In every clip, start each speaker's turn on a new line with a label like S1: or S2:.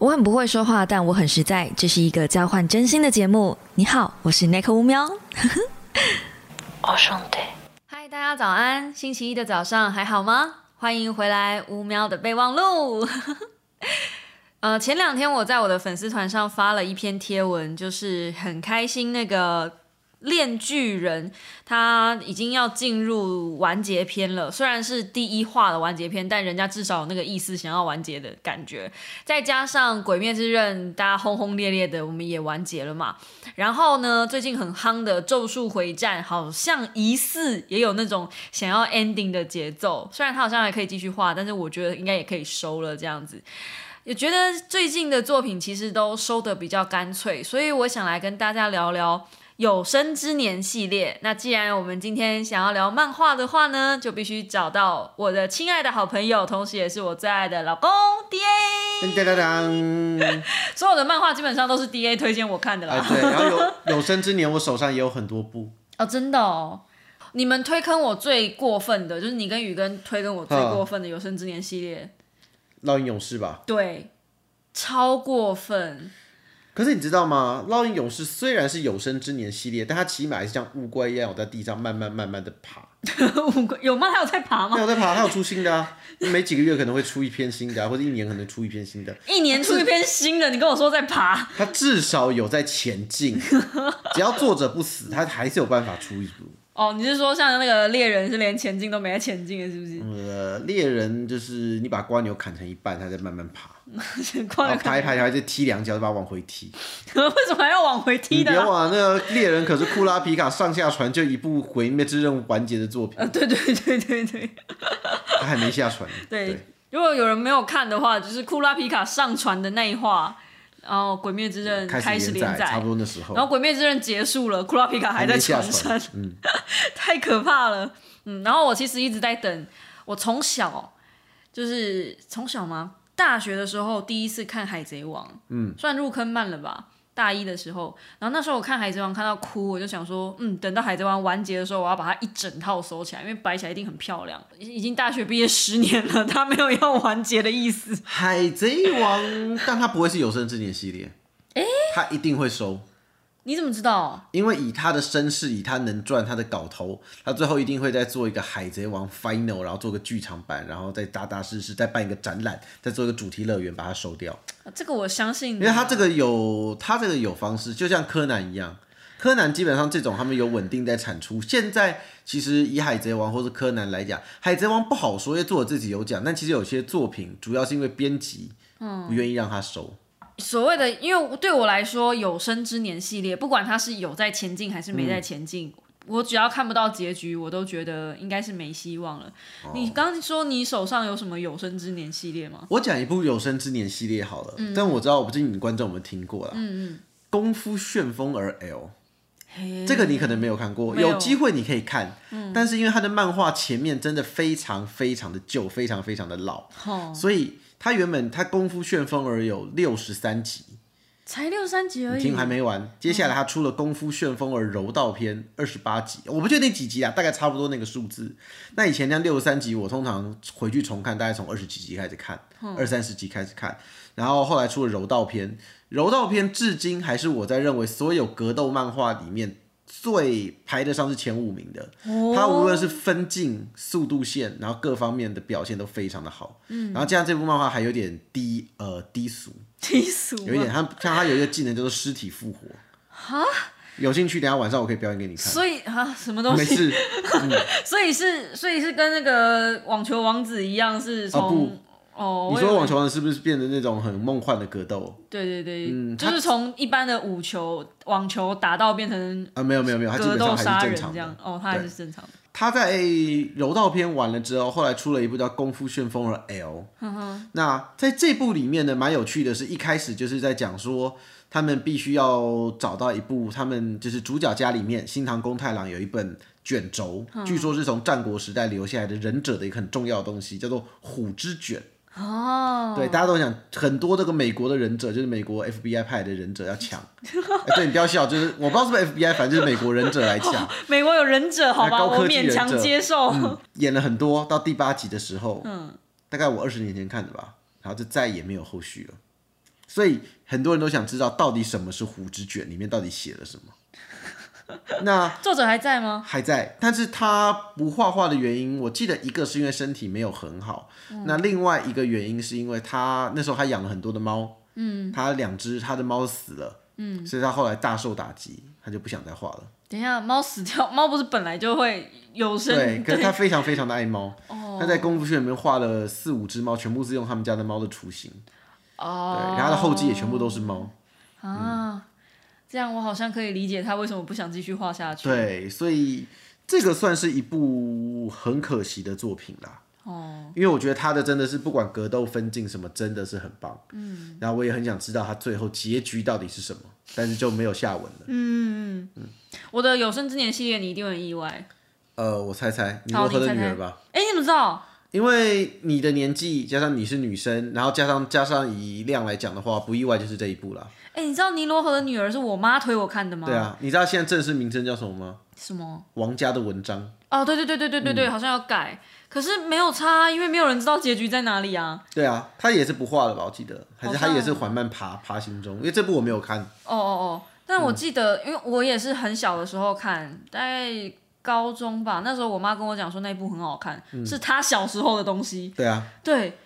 S1: 我很不会说话，但我很实在。这是一个交换真心的节目。你好，我是 Nick 乌喵。
S2: 哦，兄弟，
S1: 嗨，大家早安！星期一的早上还好吗？欢迎回来乌喵的备忘录。 呃，前两天我在我的粉丝团上发了一篇贴文，就是很开心那个《恋巨人》他已经要进入完结篇了，虽然是第一话的完结篇，但人家至少有那个意思想要完结的感觉。再加上《鬼灭之刃》，大家轰轰烈烈的，我们也完结了嘛。然后呢，最近很夯的《咒术回战》，好像疑似也有那种想要 ending 的节奏。虽然它好像还可以继续画，但是我觉得应该也可以收了这样子。也觉得最近的作品其实都收的比较干脆，所以我想来跟大家聊聊有生之年系列。那既然我们今天想要聊漫画的话呢，就必须找到我的亲爱的好朋友，同时也是我最爱的老公 D A。
S3: 噔噔噔噔！
S1: 所有的漫画基本上都是 D A 推荐我看的啦。
S3: 哎，对，然后有有生之年，我手上也有很多部。
S1: 哦，真的哦。你们推坑我最过分的就是你跟宇根推坑我最过分的有生之年系列，
S3: 烙印勇士吧。
S1: 对，超过分。
S3: 可是你知道吗？烙印勇士虽然是有生之年系列，但它起码还是像乌龟一样，有在地上慢慢慢慢的爬。
S1: 五个有吗？还有在爬
S3: 它
S1: 吗？
S3: 有在爬，它有出新的啊，每几个月可能会出一篇新的、啊，或者一年可能出一篇新的。
S1: 一年出一篇新的，你跟我说在爬，
S3: 它至少有在前进，只要作者不死，它还是有办法出一部。
S1: 哦，你是说像那个猎人是连前进都没在前进的，是不是？
S3: 呃，猎人就是你把瓜牛砍成一半，它在慢慢爬，
S1: 快
S3: 然
S1: 点
S3: 后爬一爬，然后再踢两脚，再把它往回踢。
S1: 为什么还要往回踢
S3: 你
S1: 的
S3: 别
S1: 啊、
S3: 忘了，那个猎人可是库拉皮卡上下船就一部《毁灭之刃》完结的作品，
S1: 呃，对对对对对
S3: 他还没下船。
S1: 对，如果有人没有看的话，就是库拉皮卡上船的那一话，然后《鬼灭之刃》开
S3: 开
S1: 始
S3: 始
S1: 连
S3: 连载，差
S1: 载
S3: 不。多那时候
S1: 然后《鬼灭之刃》结束了，库拉皮卡还
S3: 还
S1: 在
S3: 没下
S1: 船上，
S3: 嗯，
S1: 太可怕了。嗯，然后我其实一直在等，我从小就是从小嘛，大学的时候第一次看《海贼王》，嗯，算入坑慢了吧。大一的时候，然后那时候我看《海贼王》看到哭，我就想说，嗯，等到《海贼王》完结的时候，我要把它一整套收起来，因为摆起来一定很漂亮。已已经大学毕业十年了，它没有要完结的意思。
S3: 《海贼王》，但它不会是有生之年系列，它一定会收，
S1: 你怎么知道？
S3: 因为以他的身世，以他能赚他的搞头，他最后一定会再做一个《海贼王》Final，然后做个剧场版，然后再踏踏实实再办一个展览，再做一个主题乐园，把它收掉。
S1: 啊这个我相信你，
S3: 因为他这个有他这个有方式，就像柯南一样，柯南基本上这种他们有稳定在产出。现在其实以海贼王或是柯南来讲，海贼王不好说，因为作者自己有讲，但其实有些作品主要是因为编辑不愿意让他收。
S1: 所谓的，因为对我来说，有生之年系列，不管它是有在前进还是
S3: 嗯
S1: 没在前进，我只要看不到结局，我都觉得应该是没希望了。
S3: 哦
S1: 你刚刚说你手上有什么有生之年系列吗？
S3: 我讲一部有生之年系列好了，但我知道我不知道你们观众有没有听过啦。嗯嗯，功夫旋风而 L。这个你可能没有看过，
S1: 没有
S3: 有机会你可以看，但是因为它的漫画前面真的非常非常的旧，非常非常的老，
S1: 哦，
S3: 所以他原本他《功夫旋风耳》有六十三集，
S1: 才六三集而
S3: 你
S1: 已
S3: 听，还没完。接下来他出了《功夫旋风耳柔道篇》二十八集，我不确定几集啊，大概差不多那个数字。那以前那六十三集，我通常回去重看，大概从二十几集开始看，二三十集开始看。然后后来出了柔道篇，柔道篇至今还是我在认为所有格斗漫画里面最排得上是前五名的。
S1: 哦
S3: 它无论是分镜、速度线，然后各方面的表现都非常的好。嗯，然后加上这部漫画还有点低呃低俗，
S1: 低俗
S3: 有一点，
S1: 啊。
S3: 他像他有一个技能叫做尸体复活。有兴趣，等一下晚上我可以表演给你看。
S1: 所以啊，什么东
S3: 没
S1: 西？
S3: 事，
S1: 所以是，所以是跟那个网球王子一样，是
S3: 哦不
S1: 从哦，
S3: 你
S1: 我以为
S3: 说网球王是不是变得那种很梦幻的格斗
S1: 对对对，
S3: 嗯
S1: 就是从一般的五球网球打到变成
S3: 啊？没有没有没有，他基
S1: 格
S3: 本
S1: 斗
S3: 上
S1: 杀
S3: 还是
S1: 人
S3: 正常
S1: 这样
S3: 的。。
S1: 哦，他还
S3: 对
S1: 是正常的。
S3: 他在柔道篇完了之后，后来出了一部叫《功夫旋风》的 L。那在这部里面呢，蛮有趣的是，一开始就是在讲说他们必须要找到一部，他们就是主角家里面新堂公太郎有一本卷轴，据说是从战国时代留下来的忍者的一个很重要的东西，叫做虎之卷。
S1: 哦，
S3: 对，大家都想很多这个美国的忍者，就是美国 FBI 派的忍者要抢。哎对你不要笑，就是我不知道是不是 FBI，反正就是美国忍者来抢。
S1: 美国有忍者，好吧，
S3: 啊高科技
S1: 我勉强
S3: 忍者嗯
S1: 接受。
S3: 演了很多，到第八集的时候，嗯，大概我二十年前看的吧，然后就再也没有后续了。所以很多人都想知道到底什么是胡之卷，里面到底写了什么。 那
S1: 作者还在吗？
S3: 还在，但是他不画画的原因，我记得一个是因为身体没有很好，那另外一个原因是因为他那时候他养了很多的猫，嗯，他两只他的猫死了，嗯，所以他后来大受打击，他就不想再画了。
S1: 等一下，猫死掉， 猫不是本来就会有生哦
S3: 对，可是他非常非常的爱猫，他在功夫圈里面画了四五只猫，全部是用他们家的猫的雏形，对，
S1: 哦，
S3: 然后他的后记也全部都是猫，
S1: 啊，这样我好像可以理解他为什么不想继续画下去。，
S3: 对，所以这个算是一部很可惜的作品啦。
S1: 哦，
S3: 因为我觉得他的真的是不管格斗分镜什么，真的是很棒。嗯，然后我也很想知道他最后结局到底是什么，但是就没有下文了。
S1: 嗯我的有生之年系列你一定会很意外。
S3: 呃，我猜猜，你
S1: 好
S3: 洛
S1: 你
S3: 河的
S1: 猜
S3: 女
S1: 猜
S3: 儿吧，
S1: 哎，你怎么知道？
S3: 因为你的年纪加上你是女生，然后加上加上以量来讲的话，不意外就是这一部啦。
S1: 哎，你知道尼罗河的女儿是我妈推我看的吗？
S3: 对，啊，你知道现在正式名称叫什么吗？
S1: 什么？
S3: 王家的文章。
S1: 哦，对对对对对
S3: 嗯
S1: 对对，好像要改，可是没有差，因为没有人知道结局在哪里啊。
S3: 对啊，他也是不画了吧？我记得，还是
S1: 好像
S3: 他也是缓慢爬爬行中，因为这部我没有看。
S1: 哦哦哦，但我记得，因为我也是很小的时候看，大概高中吧，那时候我妈跟我讲说那一部很好看，是她小时候的东西。
S3: 对啊，
S1: 对，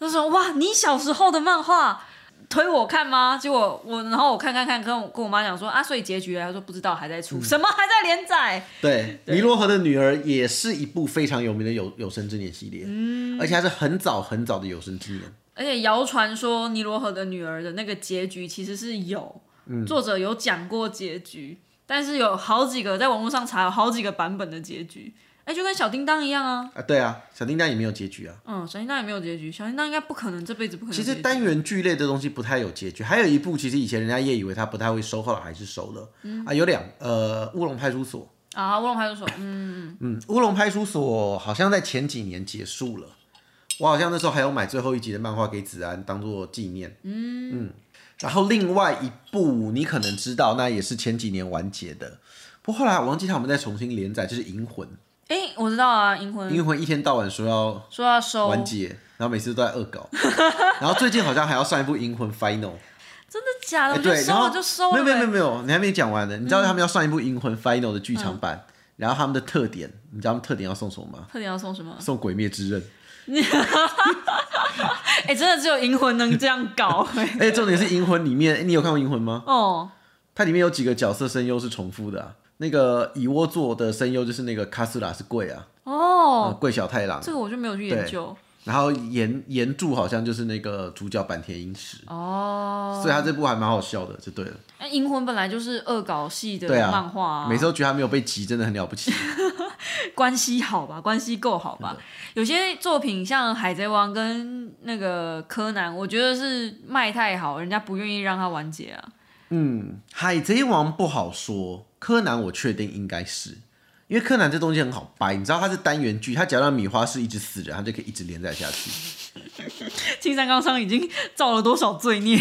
S1: 就说哇，你小时候的漫画推我看吗？结果我，然后我看看看，跟我跟我妈讲说啊，所以结局了，她说不知道，还在出，什么还在连载？
S3: 对，尼罗河的女儿也是一部非常有名的有有生之年系列，嗯，而且它是很早很早的有生之年，
S1: 而且谣传说尼罗河的女儿的那个结局其实是有，
S3: 嗯
S1: 作者有讲过结局，但是有好几个在网络上查有好几个版本的结局，哎，就跟小叮当一样啊。
S3: 啊，对啊，小叮当也没有结局啊。
S1: 嗯，小叮当也没有结局，小叮当应该不可能这辈子不可能
S3: 其
S1: 有结局。
S3: 实单元剧类的东西不太有结局，还有一部其实以前人家也以为它不太会收，后来还是收了。
S1: 嗯
S3: 啊，有两呃，乌龙派出所，
S1: 啊，乌龙派出所，嗯，
S3: 嗯，乌龙派出所好像在前几年结束了，我好像那时候还有买最后一集的漫画给子安当做纪念。嗯然后另外一部你可能知道，那也是前几年完结的，不过后来我忘记他们再重新连载，就是《银魂》。
S1: 哎、我知道啊，银魂
S3: 银魂一天到晚说要
S1: 说要收，
S3: 完结，然后每次都在恶 搞，然后最近好像还要上一部《银魂 Final》。
S1: 真的假的？
S3: 哎
S1: 我觉得
S3: 对，
S1: 收
S3: 然后
S1: 了啊就收了欸哎嗯
S3: 没
S1: 呗，
S3: 有没有没有没有，你还没讲完呢。你知道他们要上一部《银魂 Final》的剧场版，
S1: 嗯
S3: 然后他们的特点，你知道他们特点要送什么吗？
S1: 特点要送什么？
S3: 送《鬼灭之刃》。
S1: 哎、真的只有银魂能这样搞、 哎
S3: 哎，重点是《银魂》里面，哎你有看过《银魂》吗？
S1: 哦，
S3: 它里面有几个角色声优是重复的啊、那个蚁窝座的声优就是那个卡斯拉是贵啊，呃
S1: 哦，
S3: 贵小太郎
S1: 这。个我就没有去研究。
S3: 然后岩岩柱好像就是那个主角坂田英史，
S1: 哦，
S3: 所以他这部还蛮好笑的，就对了。
S1: 那银魂本来就是恶搞系的
S3: 对啊，
S1: 漫画、啊
S3: 每次都觉得他没有被急，真的很了不起。
S1: 关系好吧，关系够好吧。有些作品像《海贼王》跟那个柯南，我觉得是卖太好，人家不愿意让它完结啊。
S3: 嗯，海贼王不好说，柯南我确定应该是，因为柯南这东西很好掰，你知道它是单元剧，它只要让米花市一直死人，它就可以一直连载下去。
S1: 青山刚昌已经造了多少罪孽？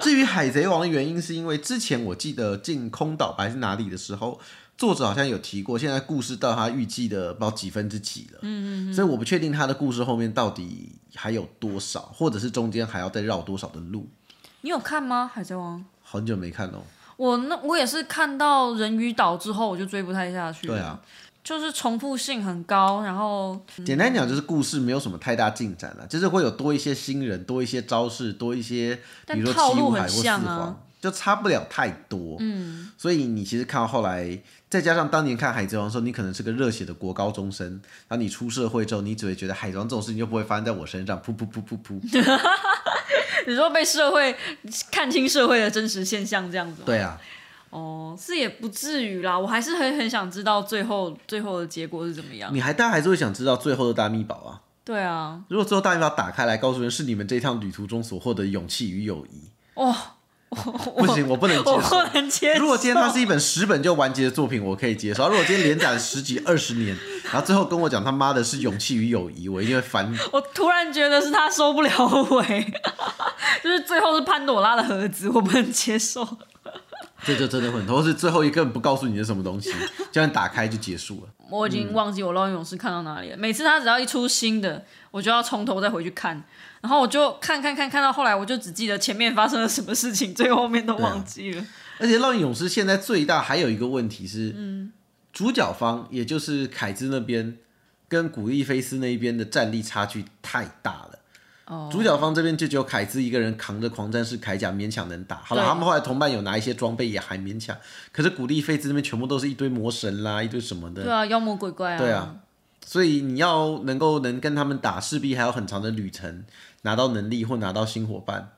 S3: 至于海贼王的原因，是因为之前我记得进空岛吧还是哪里的时候，作者好像有提过，现在故事到他预计的不知道几分之几了，嗯嗯所以我不确定他的故事后面到底还有多少，或者是中间还要再绕多少的路，
S1: 你有看吗，《海贼王》？
S3: 很久没看喽。哦
S1: 我那我也是看到人鱼岛之后，我就追不太下去。
S3: 对啊，，
S1: 就是重复性很高，然后
S3: 简单讲就是故事没有什么太大进展了，就是会有多一些新人，多一些招式，多一些比
S1: 但
S3: 如说
S1: 套
S3: 七
S1: 路
S3: 武
S1: 很
S3: 海或四
S1: 像啊
S3: 皇，就差不了太多。
S1: 嗯，
S3: 所以你其实看到后来，再加上当年看《海贼王》的时候，你可能是个热血的国高中生，然后你出社会之后，你只会觉得《海贼王》这种事情就不会发生在我身上，噗噗噗噗 噗。
S1: 你说被社会看清社会的真实现象这样子吗？
S3: 对啊，
S1: 哦，是也不至于啦，我还是很很想知道最后最后的结果是怎么样。
S3: 你还大家还是会想知道最后的大秘宝啊。
S1: 对啊，
S3: 如果最后大秘宝打开来，告诉人是你们这一趟旅途中所获得的勇气与友谊，
S1: 哦，
S3: 不行，我不能接
S1: 我
S3: 受
S1: 不。能接 受。
S3: 如果今天它是一本十本就完结的作品，我可以接受；如果今天连载了十几、二十年，然后最后跟我讲他妈的是勇气与友谊，我一定会翻
S1: 我突然觉得是他收不了欸 尾，就是最后是潘朵拉的盒子，我不能接受。
S3: 这就真的会很痛，或是最后一根本不告诉你是什么东西，这样打开就结束了。
S1: 我已经忘记我烙印勇士看到哪里了。每次他只要一出新的，我就要从头再回去看，然后我就看看看看到后来，我就只记得前面发生了什么事情，最后面都
S3: 啊
S1: 忘记了。
S3: 而且烙印勇士现在最大还有一个问题是，
S1: 嗯
S3: 主角方也就是凯兹那边跟古利菲斯那一边的战力差距太大了。
S1: 哦
S3: 主角方这边就只有凯兹一个人扛着狂战士铠甲勉强能打。好了，
S1: 对
S3: 他们后来同伴有拿一些装备也还勉强，可是古利菲斯那边全部都是一堆魔神啦，一堆什么的。
S1: 对啊，妖魔鬼怪啊。
S3: 对啊，所以你要能够能跟他们打，势必还有很长的旅程，拿到能力或拿到新伙伴，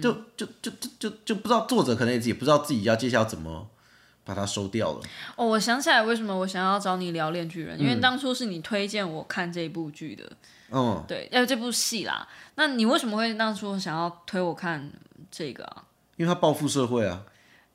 S3: 就就就就就就不知道作者可能也也不知道自己要接下来怎么把它收掉了。
S1: 哦，我想起来为什么我想要找你聊《恋巨人》，因为当初是你推荐我看这部剧的，
S3: 嗯，
S1: 对，呃，这部戏啦。那你为什么会当初想要推我看这个啊？
S3: 因为他报复社会啊，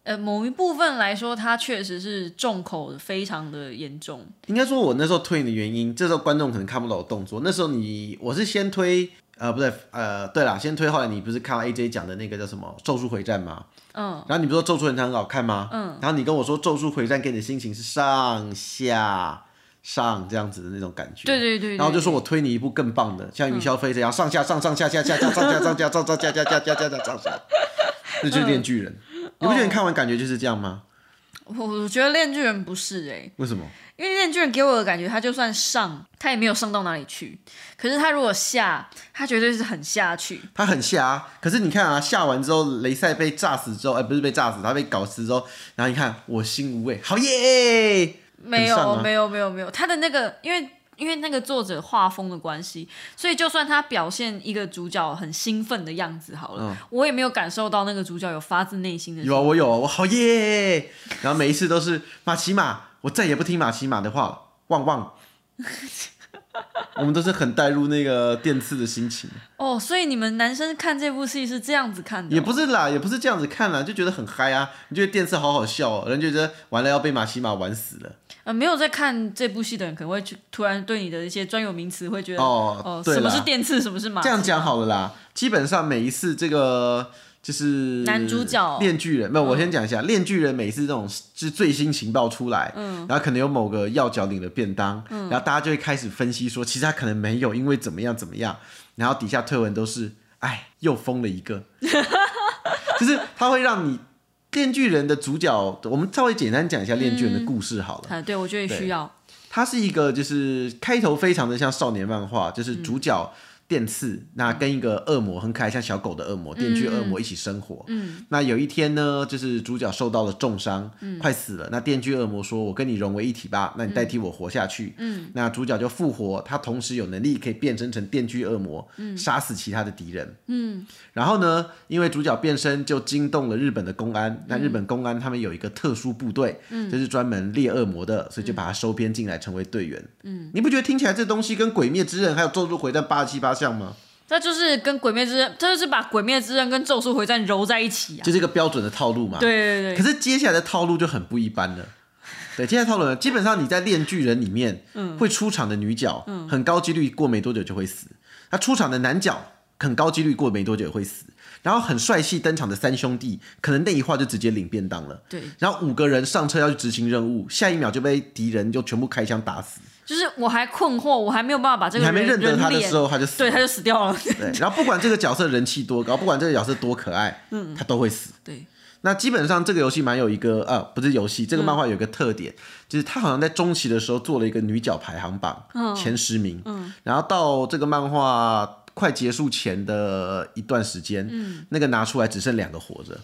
S1: 呃，某一部分来说，它确实是重口的，非常的严重。
S3: 应该说我那时候推你的原因，这时候观众可能看不到我动作。那时候你我是先推。呃，不对，呃，对啦，先推。后来你不是看到 AJ 讲的那个叫什么《咒术回战》吗？
S1: 嗯，
S3: 然后你不是说《咒术回战》很好看吗？嗯，然后你跟我说《咒术回战》给你的心情是上下上这样子的那种感觉。
S1: 对对对对
S3: 然后就说我推你一部更棒的，像云霄飞车一样，上下上上下下下下上下上下上上下下下下下下上下，这就是《炼巨人》。你不觉得你看完感觉就是这样吗？
S1: 我我觉得《恋巨人》不是诶、
S3: 为什么？
S1: 因为《恋巨人》给我的感觉，他就算上，他也没有上到哪里去。可是他如果下，他绝对是很下去。
S3: 他很下、啊，可是你看啊，下完之后，雷赛被炸死之后，哎、不是被炸死，他被搞死之后，然后你看我心无畏，好耶！
S1: 没
S3: 很上
S1: 有，
S3: 啊
S1: 没有，没有，没有。他的那个，因为因为那个作者画风的关系，所以就算他表现一个主角很兴奋的样子好了，我也没有感受到那个主角有发自内心的。
S3: 嗯有啊，我有啊，我好耶！然后每一次都是马奇马，我再也不听马奇马的话了，旺旺。我们都是很带入那个电刺的心情，
S1: 哦，所以你们男生看这部戏是这样子看的哦、
S3: 也不是啦，也不是这样子看啦，就觉得很嗨啊！你觉得电刺好好笑、哦，人就觉得完了要被马奇马玩死了。
S1: 呃，没有在看这部戏的人，可能会去突然对你的一些专有名词会觉得
S3: 哦对
S1: 什么
S3: 啦
S1: 是电刺，什么是马，
S3: 这样讲好了啦，基本上每一次这个就是
S1: 男主角嗯
S3: 炼巨人，没有，我先讲一下，炼巨人每次这种是最新情报出来，嗯，然后可能有某个要角领了便当，嗯，然后大家就会开始分析说，其实他可能没有，因为怎么样怎么样，然后底下推文都是，哎，又疯了 一个，就是他会让你。炼巨人的主角，我们稍微简单讲一下炼巨人的故事好了。
S1: 啊，对我觉得也需要，
S3: 它是一个就是开头非常的像少年漫画，就是主角电次、那跟一个恶魔很可爱，像小狗的恶魔电锯恶魔一起生活。嗯，那有一天呢，就是主角受到了重伤，快死了。那电锯恶魔说：“我跟你融为一体吧，那你代替我活下去。”嗯，那主角就复活，他同时有能力可以变身成电锯恶魔，杀死其他的敌人。然后呢，因为主角变身就惊动了日本的公安，那日本公安他们有一个特殊部队，就是专门猎恶魔的，所以就把他收编进来成为队员。嗯，你不觉得听起来这东西跟《鬼灭之刃》还有《咒术回战》八十七八像吗？
S1: 这就是跟《鬼灭之刃》，这就是把《鬼灭之刃》跟《咒术回战》揉在一起啊。
S3: 就是一个标准的套路嘛。。
S1: 对对对
S3: 可，是接下来的套路就很不一般了。对，接下来套路呢，基本上你在《炼巨人》里面，会出场的女角，很高几率过没多久就会死；他出场的男角，很高几率过没多久也会死。然后很帅气登场的三兄弟，可能那一话就直接领便当了。
S1: 对，
S3: 然后五个人上车要去执行任务，下一秒就被敌人就全部开枪打死。
S1: 就是我还困惑，我还没有办法把这
S3: 你
S1: 个
S3: 还
S1: 人
S3: 没认得他
S1: 人
S3: 的
S1: 脸
S3: 时候，他就死
S1: 对，
S3: 了。
S1: 他就死掉了。
S3: 对，然后不管这个角色人气多高，不管这个角色多可爱，嗯，他都会死。
S1: 对，
S3: 那基本上这个游戏蛮有一个呃，不是游戏，这个漫画有一个特点，就是它好像在中期的时候做了一个女角排行榜、
S1: 嗯
S3: 前十名，然后到这个漫画快结束前的一段时间，
S1: 嗯
S3: 那个拿出来只剩两个活着，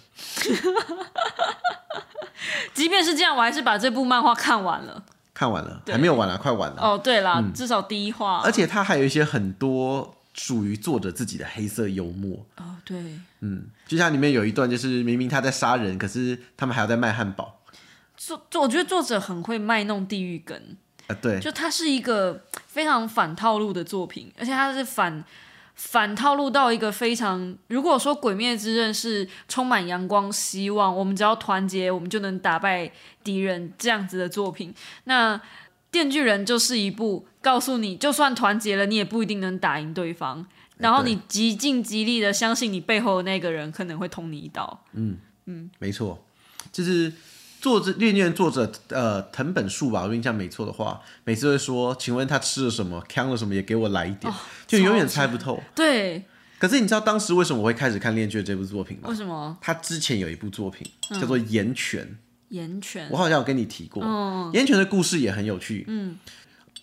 S1: 即便是这样，我还是把这部漫画看完了。
S3: 看完了
S1: 对
S3: 还没有完啊了，快完了，
S1: 哦，对啦，至少第一话。
S3: 嗯而且它还有一些很多属于作者自己的黑色幽默，
S1: 哦，对，
S3: 嗯，就像里面有一段就是明明他在杀人，可是他们还要在卖汉堡，
S1: 作作，我觉得作者很会卖弄地域梗，
S3: 啊、对，
S1: 就它是一个非常反套路的作品，而且它是反反套路到一个非常，如果说《鬼灭之刃》是充满阳光、希望，我们只要团结，我们就能打败敌人这样子的作品，那《电锯人》就是一部告诉你，就算团结了，你也不一定能打赢对方。然后你极尽极力的相信你背后的那个人可能会捅你一刀，
S3: 没错。就是作者《猎念》作者呃藤本树吧，我印象没错的话，每次会说：“请问他吃了什么，扛了什么，也给我来一点。就永远猜不透。
S1: 对，
S3: 可是你知道当时为什么我会开始看《猎犬》这部作品吗？
S1: 为什么
S3: 他之前有一部作品叫做《岩泉》，
S1: 岩泉
S3: 我好像有跟你提过，
S1: 嗯
S3: 岩泉的故事也很有趣。嗯，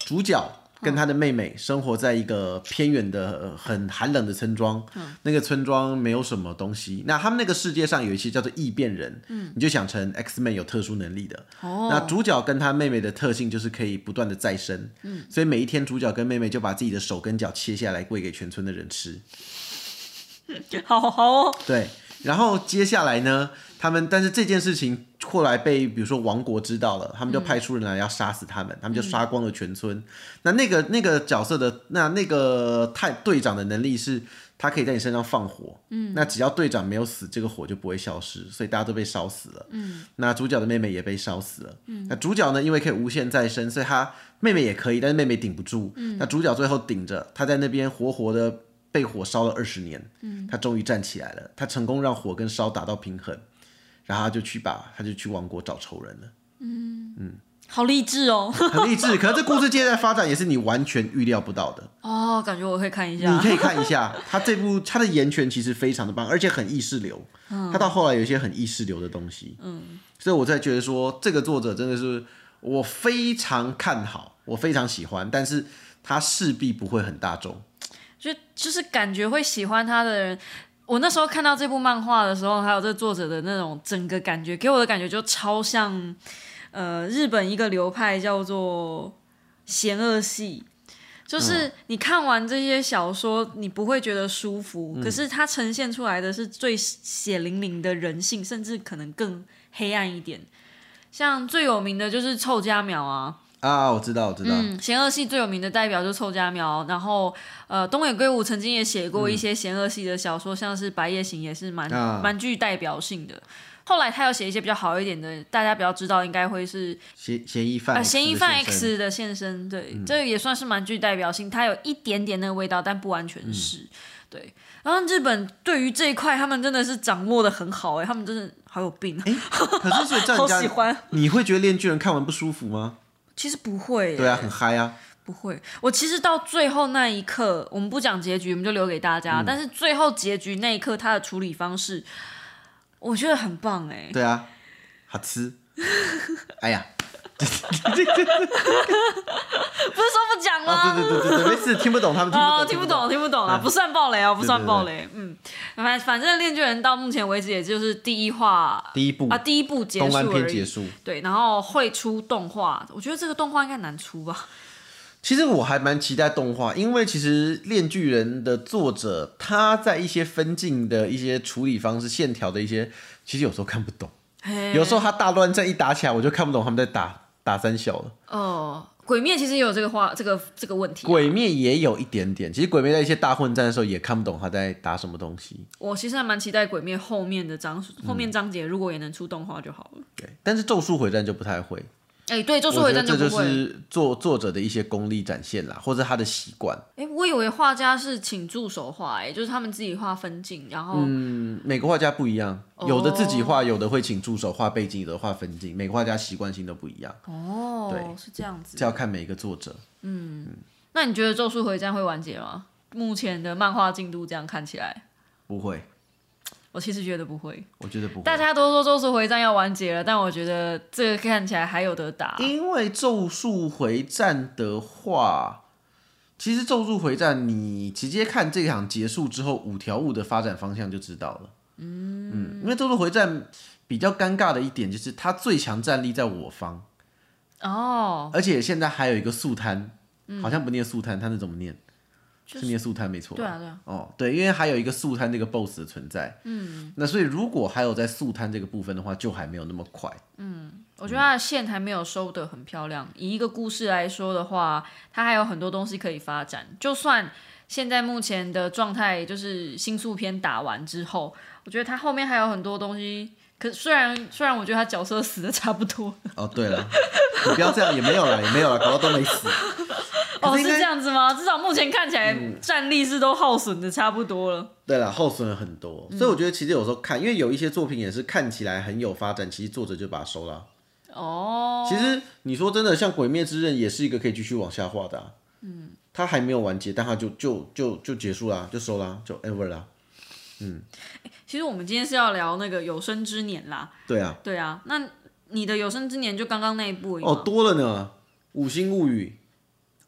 S3: 主角跟他的妹妹生活在一个偏远的、呃很寒冷的村庄，那个村庄没有什么东西。那他们那个世界上有一些叫做异变人，嗯，你就想成 X Men 有特殊能力的。
S1: 哦
S3: 那主角跟他妹妹的特性就是可以不断的再生，嗯，所以每一天主角跟妹妹就把自己的手跟脚切下来喂给全村的人吃。
S1: 好好哦，
S3: 对，然后接下来呢，他们但是这件事情后来被比如说王国知道了，他们就派出人来要杀死他们，他们就杀光了全村。那那个那个角色的那那个太队长的能力是。他可以在你身上放火，嗯，那只要队长没有死，这个火就不会消失，所以大家都被烧死了，嗯，那主角的妹妹也被烧死了，嗯，那主角呢，因为可以无限再生，所以他妹妹也可以，但是妹妹顶不住，嗯，那主角最后顶着，他在那边活活的被火烧了二十年，嗯，他终于站起来了，他成功让火跟烧达到平衡，然后他就去把他就去王国找仇人 了，
S1: 好励志哦，
S3: 很励志。可是这故事接下来发展也是你完全预料不到的，
S1: 哦，感觉我会看一
S3: 你
S1: 下，
S3: 可以看一下他这部他的言权其实非常的棒，而且很意识流，
S1: 嗯
S3: 他到后来有一些很意识流的东西，嗯，所以我才觉得说这个作者真的是我非常看好，我非常喜欢，但是他势必不会很大众。
S1: 就就是感觉会喜欢他的人。我那时候看到这部漫画的时候，还有这作者的那种整个感觉，给我的感觉就超像，呃，日本一个流派叫做邪恶系，就是你看完这些小说，你不会觉得舒服，可是它呈现出来的是最血淋淋的人性，甚至可能更黑暗一点。像最有名的就是臭家苗啊，
S3: 啊，我知道，我知道，
S1: 嗯，邪恶系最有名的代表就是臭家苗，然后呃，东野圭吾曾经也写过一些邪恶系的小说，像是《白夜行》也是蛮
S3: 啊
S1: 蛮、具代表性的。后来他有写一些比较好一点的，大家比较知道应该会是
S3: 嫌嫌疑犯
S1: 呃
S3: X 的嗯
S1: 嫌疑犯
S3: 现身
S1: X 的现身，对，这个也算是蛮具代表性，它有一点点那个味道，但不完全是。
S3: 嗯
S1: 对，然后日本对于这一块，他们真的是掌握的很好、哎，他们真的好有病、啊。
S3: 可是所以照你
S1: 好
S3: 这样
S1: 喜欢
S3: 你会觉得《恋巨人》看完不舒服吗？
S1: 其实不会、哎
S3: 对啊，很嗨啊！
S1: 不会，我其实到最后那一刻，我们不讲结局，我们就留给大
S3: 嗯
S1: 家。但是最后结局那一刻，他的处理方式，我觉得很棒哎、
S3: 对啊，好 吃。哎呀，
S1: 不是说不讲吗？
S3: 啊，对对对对对，没事，听不懂他们听不懂，哎
S1: 哦，听不懂，听不懂啊，不算暴雷哦，不算暴雷。嗯，反反正《恋巨人》到目前为止，也就是第一话，
S3: 第一部
S1: 啊，第一部结
S3: 东
S1: 束
S3: 安篇
S1: 而
S3: 结
S1: 已。
S3: 束。
S1: 对，然后会出动画，我觉得这个动画应该难出吧？
S3: 其实我还蛮期待动画，因为其实《恋巨人》的作者他在一些分镜的一些处理方式、线条的一些，其实有时候看不懂，
S1: 嘿
S3: 有时候他大乱战一打起来，我就看不懂他们在打打三小了。
S1: 哦，《鬼灭》其实也有这个话，这个这个问题啊。
S3: 鬼灭也有一点点，其实鬼灭在一些大混战的时候也看不懂他在打什么东西。
S1: 我其实还蛮期待《鬼灭》后面的章，
S3: 嗯
S1: 后面章节如果也能出动画就好了。
S3: 对，但是咒术回战就不太会，
S1: 哎、对，咒
S3: 咒
S1: 术回战
S3: 这就
S1: 不会。哎、
S3: 是作作者的一些功力展现啦，或者他的习惯。
S1: 哎我以为画家是请助手画，哎，就是他们自己画分镜，然后、
S3: 嗯，每个画家不一样，
S1: 哦
S3: 有的自己画，有的会请助手画背景，有的画分镜，每个画家习惯性都不一样，
S1: 哦
S3: 对，
S1: 是这样子
S3: 这。要看每一个作者。
S1: 那你觉得《咒术回战》会完结吗？目前的漫画进度这样看起来，
S3: 不会，
S1: 我其实觉得不会。
S3: 我觉得不会。
S1: 大家都说《咒术回战》要完结了，但我觉得这个看起来还有得打。
S3: 因为《咒术回战》的话，其实《咒术回战》你直接看这场结束之后五条悟的发展方向就知道了。嗯因为《咒术回战》比较尴尬的一点就是他最强战力在我方，
S1: 哦，
S3: 而且现在还有一个素摊，好像不念素摊，他是怎么念？是念素摊没错吧。
S1: 对啊，对啊，
S3: 哦，对，因为还有一个速摊这个 BOSS 的存在，嗯，那所以如果还有在速摊这个部分的话，就还没有那么快，
S1: 我觉得它的线还没有收得很漂亮。以一个故事来说的话，它还有很多东西可以发展。就算现在目前的状态就是新宿篇打完之后，我觉得它后面还有很多东西。可虽然虽然我觉得他角色死的差不多，
S3: 哦，对了，你不要这样，也没有了，也没有了，搞到都没死。
S1: 哦，
S3: 可
S1: 是
S3: 应该嗯
S1: 这样子吗？至少目前看起来战力是都耗损的差不多了。
S3: 对了，耗损了很多，所以我觉得其实有时候看，因为有一些作品也是看起来很有发展，其实作者就把它收了啊。
S1: 哦，
S3: 其实你说真的，像《鬼灭之刃》也是一个可以继续往下画的、啊，嗯，它还没有完结，但它就就就就结束啦，就收啦，就 ever 啦，
S1: 其实我们今天是要聊那个有生之年啦。
S3: 对啊，
S1: 对啊，那你的有生之年就刚刚那一部而已嘛
S3: 哦，多了呢，《五星物语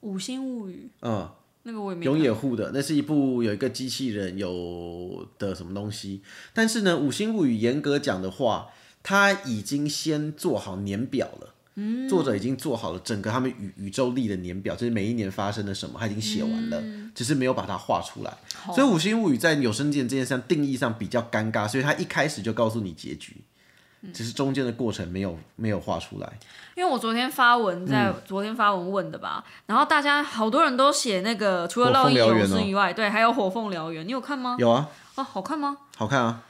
S1: 五星物语》
S3: 嗯，
S1: 那个我也没
S3: 永
S1: 看。
S3: 野护的，那是一部有一个机器人有的什么东西，但是呢，《五星物语》严格讲的话，它已经先做好年表了。嗯，作者已经做好了整个他们宇宇宙力的年表，就是每一年发生了什么，他已经写完了，只是没有把它画出来。所以《五星物语》在有生之年这件事上定义上比较尴尬，所以他一开始就告诉你结局，只是中间的过程没有没有画出来。
S1: 因为我昨天发文在、
S3: 嗯
S1: 昨天发文问的吧，然后大家好多人都写那个除了烙
S3: 火凤
S1: 印
S3: 燎
S1: 永
S3: 原
S1: 生
S3: 哦
S1: 以外，对，还有火凤燎原，你有看吗？
S3: 有啊，
S1: 哦，好看吗？
S3: 好看啊，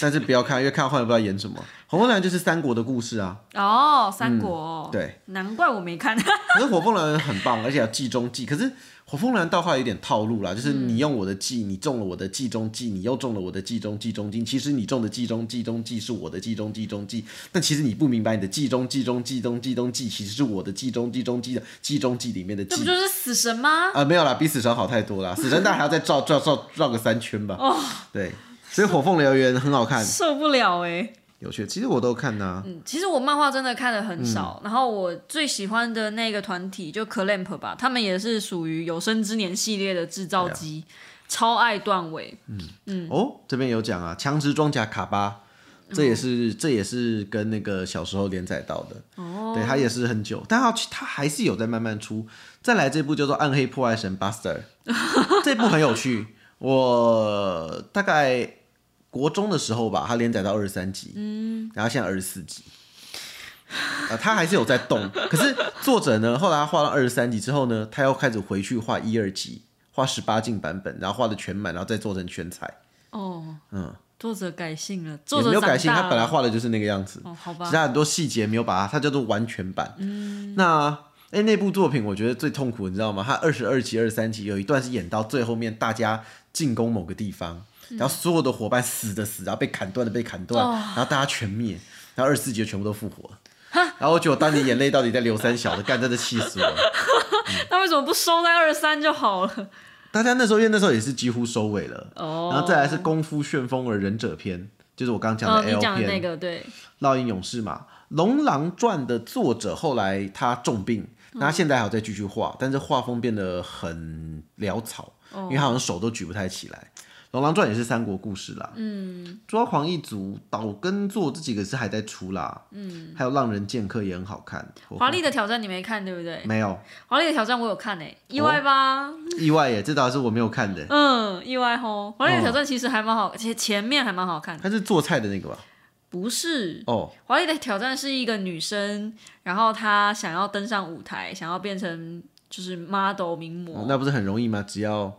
S3: 但是不要看，因为看坏了不知道演 什么。《红红娘》就是三国的故事啊，
S1: 哦，三国、哦
S3: 对，
S1: 难怪我没看。
S3: 可是火凤燎原很棒，而且要计中计。可是火凤燎原到后来有点套路啦，就是你用我的计，
S1: 嗯
S3: 你中了我的计中计，你又中了我的计中计中计。其实你中的计中计中计是我的计中计中计，但其实你不明白你的计中计中计中计中计其实是我的计中计中计的计中计里面的
S1: 这
S3: 计
S1: 不。就是死神吗？
S3: 啊、没有啦，比死神好太多啦。死神大概还要再绕绕绕绕个三圈吧。哦，对，所以火凤燎原很好 看，
S1: 受不了哎、
S3: 有趣。其实我都看呐、
S1: 嗯，其实我漫画真的看的很
S3: 嗯
S1: 少，然后我最喜欢的那个团体就 Clamp 吧，他们也是属于有生之年系列的制
S3: 啊
S1: 造机，超爱段尾。
S3: 哦，这边有讲啊，《强殖装甲卡巴》，这也是、这也是跟那个小时候连载到的。哦，对，它也是很久，但它它还是有在慢慢出。再来这部叫做《暗黑破坏神 Buster》，这部很有趣。我大概国中的时候吧，它连载到二十三集，嗯，然后现在二十四集。啊、它还是有在 动，可是作者呢，后来他画到二十三集之后呢，他又开始回去画一二集，画十八禁版本，然后画的全满，然后再做成全彩。
S1: 哦，
S3: 嗯，
S1: 作者改性了，
S3: 也
S1: 作者
S3: 没有
S1: 长
S3: 改性，
S1: 大
S3: 他本来
S1: 了
S3: 画的就是那个样子，
S1: 哦，好
S3: 其
S1: 吧，
S3: 他很多细节没有把它，它叫做完全版。嗯，那哎、诶那部作品我觉得最痛苦，你知道吗？它二十二集、二十三集有一段是演到最后面，大家进攻某个地方，
S1: 嗯
S3: 然后所有的伙伴死的死，然后被砍断的被砍
S1: 哦
S3: 断，然后大家全灭，然后二十四集就全部都复活了。然后我觉得我当年眼泪到底在流三小的，干真的气死我了。
S1: 那为什么不收在二三就好了？
S3: 大家那时候因为那时候也是几乎收尾了，
S1: 哦
S3: 然后再来是《功夫旋风耳忍者篇》，就是我刚刚讲
S1: 哦，
S3: 的
S1: 你
S3: L
S1: 讲的
S3: 篇，
S1: 那个对，
S3: 《烙印勇士》嘛，《龙狼传》的作者后来他重病，那他现在还有在继续画，但是画风变得很潦草，因为他好像手都举不太起来。《龙狼传》也是三国故事啦，嗯，抓狂一族、岛根座这几个是还在出啦，嗯，还有《浪人剑客》也很好看，
S1: 华丽的挑战你没看对不对？
S3: 没有
S1: 华丽的挑战我有看
S3: 哦
S1: 诶、意外吧？
S3: 意外耶，这倒是我没有看的，
S1: 嗯，意外吼。华丽的挑战其实还蛮好，且前面还蛮好看的。
S3: 他是做菜的那个吧？
S1: 不是，
S3: 哦，
S1: 华丽的挑战是一个女生，然后她想要登上舞台，想要变成就是 model 名模。
S3: 哦那不是很容易吗？只要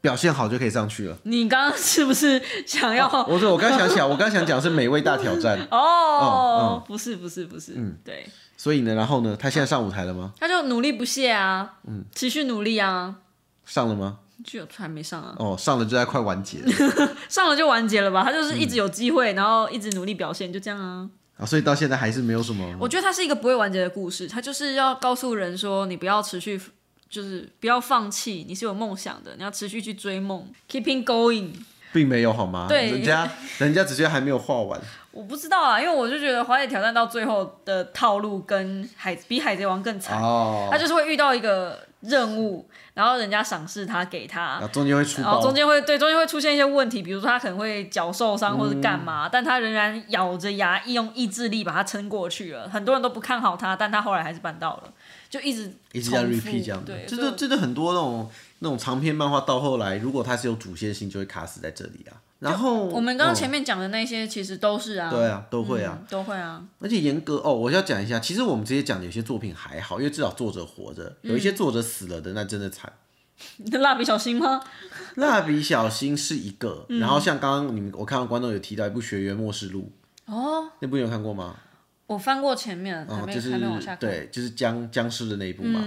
S3: 表现好就可以上去了。
S1: 你刚刚是不是想要？
S3: 我说我刚想起来，我刚想讲是美味大挑战，
S1: 哦，不是，不是，不是，
S3: 嗯
S1: 对，
S3: 所以呢，然后呢，他现在上舞台了吗？
S1: 她就努力不懈啊，
S3: 嗯
S1: 持续努力啊，
S3: 上了吗？
S1: 就有还没上啊，
S3: 哦，上了就在快完结 了
S1: 上了就完结了吧？她就是一直有机会，然后一直努力表现，就这样啊。
S3: 啊，所以到现在还是没有什么
S1: 我觉得它是一个不会完结的故事，它就是要告诉人说，你不要持续，就是不要放弃，你是有梦想的，你要持续去追梦，keeping going。
S3: 并没有好吗？
S1: 对
S3: 人家人家只是还没有画完，
S1: 我不知道啊，因为我就觉得《华野挑战》到最后的套路跟海比《海贼王》更惨，
S3: 哦
S1: 他就是会遇到一个任务，然后人家赏识他，给他。
S3: 啊，中间会出
S1: 然后
S3: 包，
S1: 哦中间会对中间会出现一些问题，比如说他可能会脚受伤或者干
S3: 嗯
S1: 嘛，但他仍然咬着牙，用意志力把它撑过去了。很多人都不看好他，但他后来还是办到了，就一直
S3: 一直这样
S1: 重复
S3: repeat 这样的
S1: 对，，
S3: 这
S1: 所以
S3: 就这就很多那种那种长篇漫画到后来，如果它是有主线性，就会卡死在这里啊。然后
S1: 我们刚刚
S3: 嗯
S1: 前面讲的那些其实都是啊，
S3: 对啊，都会啊，
S1: 嗯，都会啊，
S3: 而且严格哦，我要讲一下，其实我们直接讲有些作品还好，因为至少作者活着，
S1: 嗯
S3: 有一些作者死了的那真的惨。
S1: 你的蜡笔小新吗？
S3: 蜡笔小新是一个，
S1: 嗯
S3: 然后像刚刚你们我看到观众有提到一部《学员末世录》，
S1: 哦，
S3: 那部你有看过吗？
S1: 我翻过前面，还
S3: 哦，
S1: 没、
S3: 就是
S1: 还没往下看。嗯
S3: 对，就是僵僵尸的那一部嘛。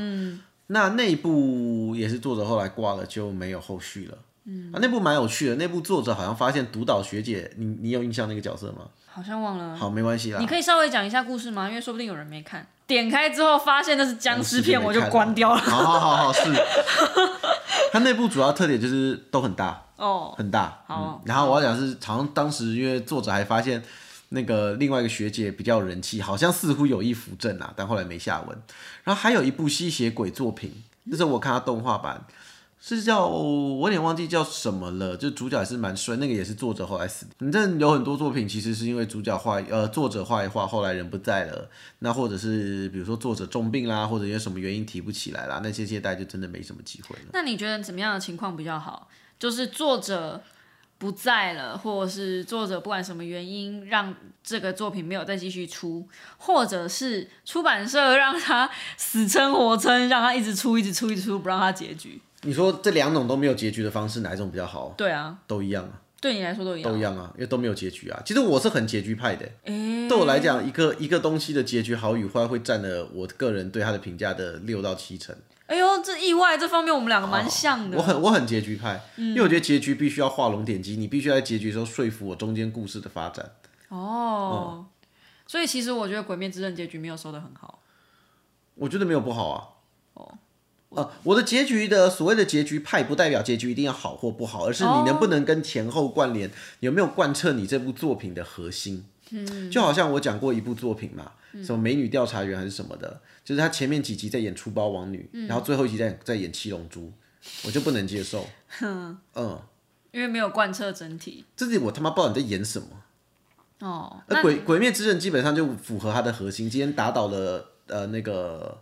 S3: 那那部也是作者后来挂了，就没有后续了。嗯，啊，那部蛮有趣的。那部作者好像发现独岛学姐，你你有印象那个角色吗？
S1: 好像忘了。
S3: 好，没关系啦。
S1: 你可以稍微讲一下故事吗？因为说不定有人没看。点开之后发现那是僵尸片，我就关掉了。
S3: 哦好好好好，是。 它那部主要特点就是都很大
S1: 哦，
S3: 很大。
S1: 好
S3: 嗯，然后我要讲是，好像当时因为作者还发现那个另外一个学姐比较有人气，好像似乎有意扶正啊，但后来没下文。然后还有一部吸血鬼作品，那时候我看它动画版。是叫我有点忘记叫什么了，就主角也是蛮衰，那个也是呃作者后来死的。反正有很多作品其实是因为主角画呃作者画一画，后来人不在了，那或者是比如说作者重病啦，或者因为什么原因提不起来啦，那些些代就真的没什么机会了。
S1: 那你觉得怎么样的情况比较好？就是作者不在了，或者是作者不管什么原因让这个作品没有再继续出，或者是出版社让他死撑活撑，让他一直出一直出一直出，不让他结局。
S3: 你说这两种都没有结局的方式，哪一种比较好？
S1: 对啊，
S3: 都一样啊，
S1: 对嗯你来说都一样。
S3: 都一样啊，因为都没有结局啊。其实我是很结局派的、
S1: 诶
S3: 对我来讲，一个一个东西的结局好与坏，会占了我个人对它的评价的六到七成。
S1: 哎呦，这意外这方面我们两个蛮像嗯的。
S3: 我很我很结局派，因为我觉得结局必须要画龙点睛，你必须要在结局的时候说服我中间故事的发展。
S1: 哦，所以其实我觉得《鬼灭之刃》结局没有收的很好。
S3: 我觉得没有不好啊。哦，呃，我的结局的所谓的结局派，不代表结局一定要好或不好，而是你能不能跟前后关联，有没有贯彻你这部作品的核心。嗯，就好像我讲过一部作品嘛，什么美女调查员还是什么的，就是他前面几集在演出包王女，然后最后一集在在演七龙珠，我就不能接受。嗯，
S1: 因为没有贯彻整体
S3: 这是我他妈不知道你在演什么。
S1: 哦，
S3: 那
S1: 那
S3: 鬼鬼灭之刃基本上就符合它的核心，今天打倒了呃那个，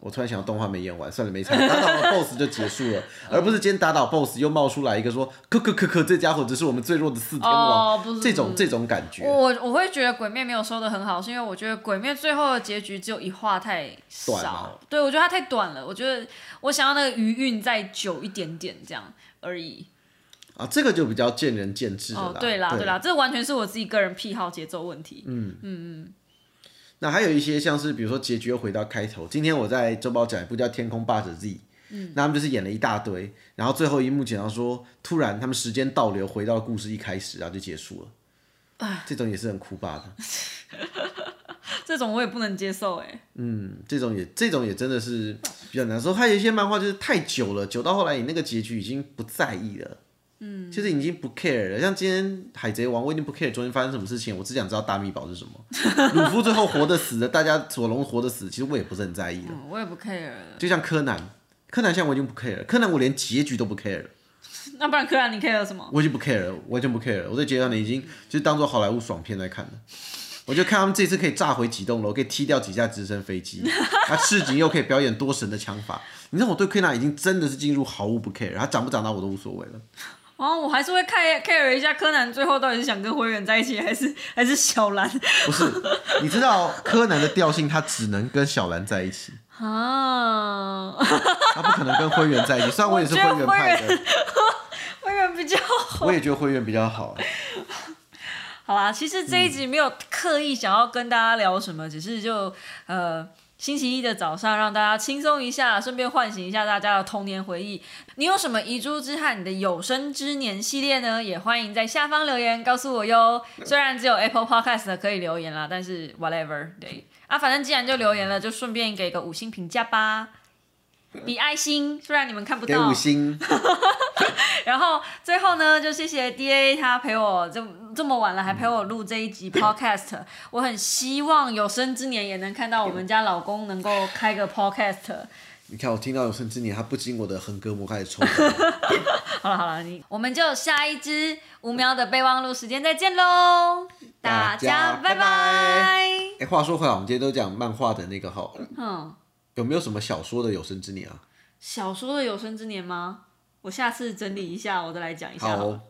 S3: 我突然想到动画没演完，算了没差，打倒了 BOSS 就结束 了，而不是今天打倒 BOSS 又冒出来一个说可可可可这家伙只是我们最弱的四天王，
S1: 哦不是
S3: 这种
S1: 不
S3: 这种感觉。
S1: 我我会觉得《鬼灭》没有收的很好，是因为我觉得《鬼灭》最后的结局只有一话太
S3: 短啊
S1: 少
S3: 了，
S1: 对我觉得它太短了，我觉得我想要那个余韵再久一点点这样而已。
S3: 啊，这个就比较见仁见智的啦。
S1: 哦，对啦，对啦，这完全是我自己个人癖好、节奏问题。
S3: 嗯那还有一些像是比如说结局又回到开头，今天我在周报讲一部叫《天空霸者 Z》，嗯，那他们就是演了一大堆，然后最后一幕讲到说，突然他们时间倒流回到故事一开始，然后就结束了，这种也是很哭霸的，
S1: 这种我也不能接受哎、
S3: 嗯，这种也这种也真的是比较难受。还有一些漫画就是太久了，久到后来你那个结局已经不在意了。嗯，就是已经不 care 了。像今天《海贼王》，我已经不 care 昨天发生什么事情，我只想知道大秘宝是什么。鲁夫最后活的死的，大家索隆活的死，其实我也不是很在意了。
S1: 嗯，我也不 care 了。
S3: 就像柯南，柯南现在我已经不 care 了，柯南我连结局都不 care 了，
S1: 那不然柯南你 care 什么？
S3: 我已经不 care 了，完全不 care 了，我对结局上已经就当做好莱坞爽片在看了。我就看他们这次可以炸毁几栋楼，可以踢掉几架直升飞机，啊，赤井又可以表演多神的枪法。你让我对柯南已经真的是进入毫无不 care，他长不长大我都无所谓了。
S1: 哦，我还是会 care care 一下柯南最后到底是想跟灰原在一起，还是还是小兰
S3: 不是，你知道柯南的调性，他只能跟小兰在一起，
S1: 啊？
S3: 他不可能跟灰原在一起。虽然我也是灰原派的，
S1: 灰原比较好。
S3: 我也觉得灰原比较好。啊
S1: 好啦，其实这一
S3: 嗯
S1: 集没有刻意想要跟大家聊什么，只是就呃星期一的早上让大家轻松一下，顺便唤醒一下大家的童年回忆。你有什么遗珠之憾？你的有生之年系列呢？也欢迎在下方留言告诉我哟。
S3: 嗯
S1: 虽然只有 Apple Podcast 的可以留言啦，但是 whatever 对啊，反正既然就留言了，就顺便给个五星评价吧。比爱心，虽然你们看不
S3: 嗯给
S1: 到，
S3: 五星，
S1: 然后最后呢，就谢谢 D A 他陪我这这么晚了还陪我录这一 集 Podcast，我很希望有生之年也能看到我们家老公能够开个 Podcast。
S3: 你看我听到有生之年，他不经我的横膈膜开始抽动。
S1: 好了好了，你我们就下一支五秒的备忘录时间再见喽，大
S3: 大家
S1: 家拜拜
S3: 拜拜。 哎、话说回来，我们今天都讲漫画的那个哈，
S1: 嗯，
S3: 有没有什么小说的有生之年啊？
S1: 小说的有生之年吗？我下次整理一下，我再来讲一下好了。
S3: 好，哦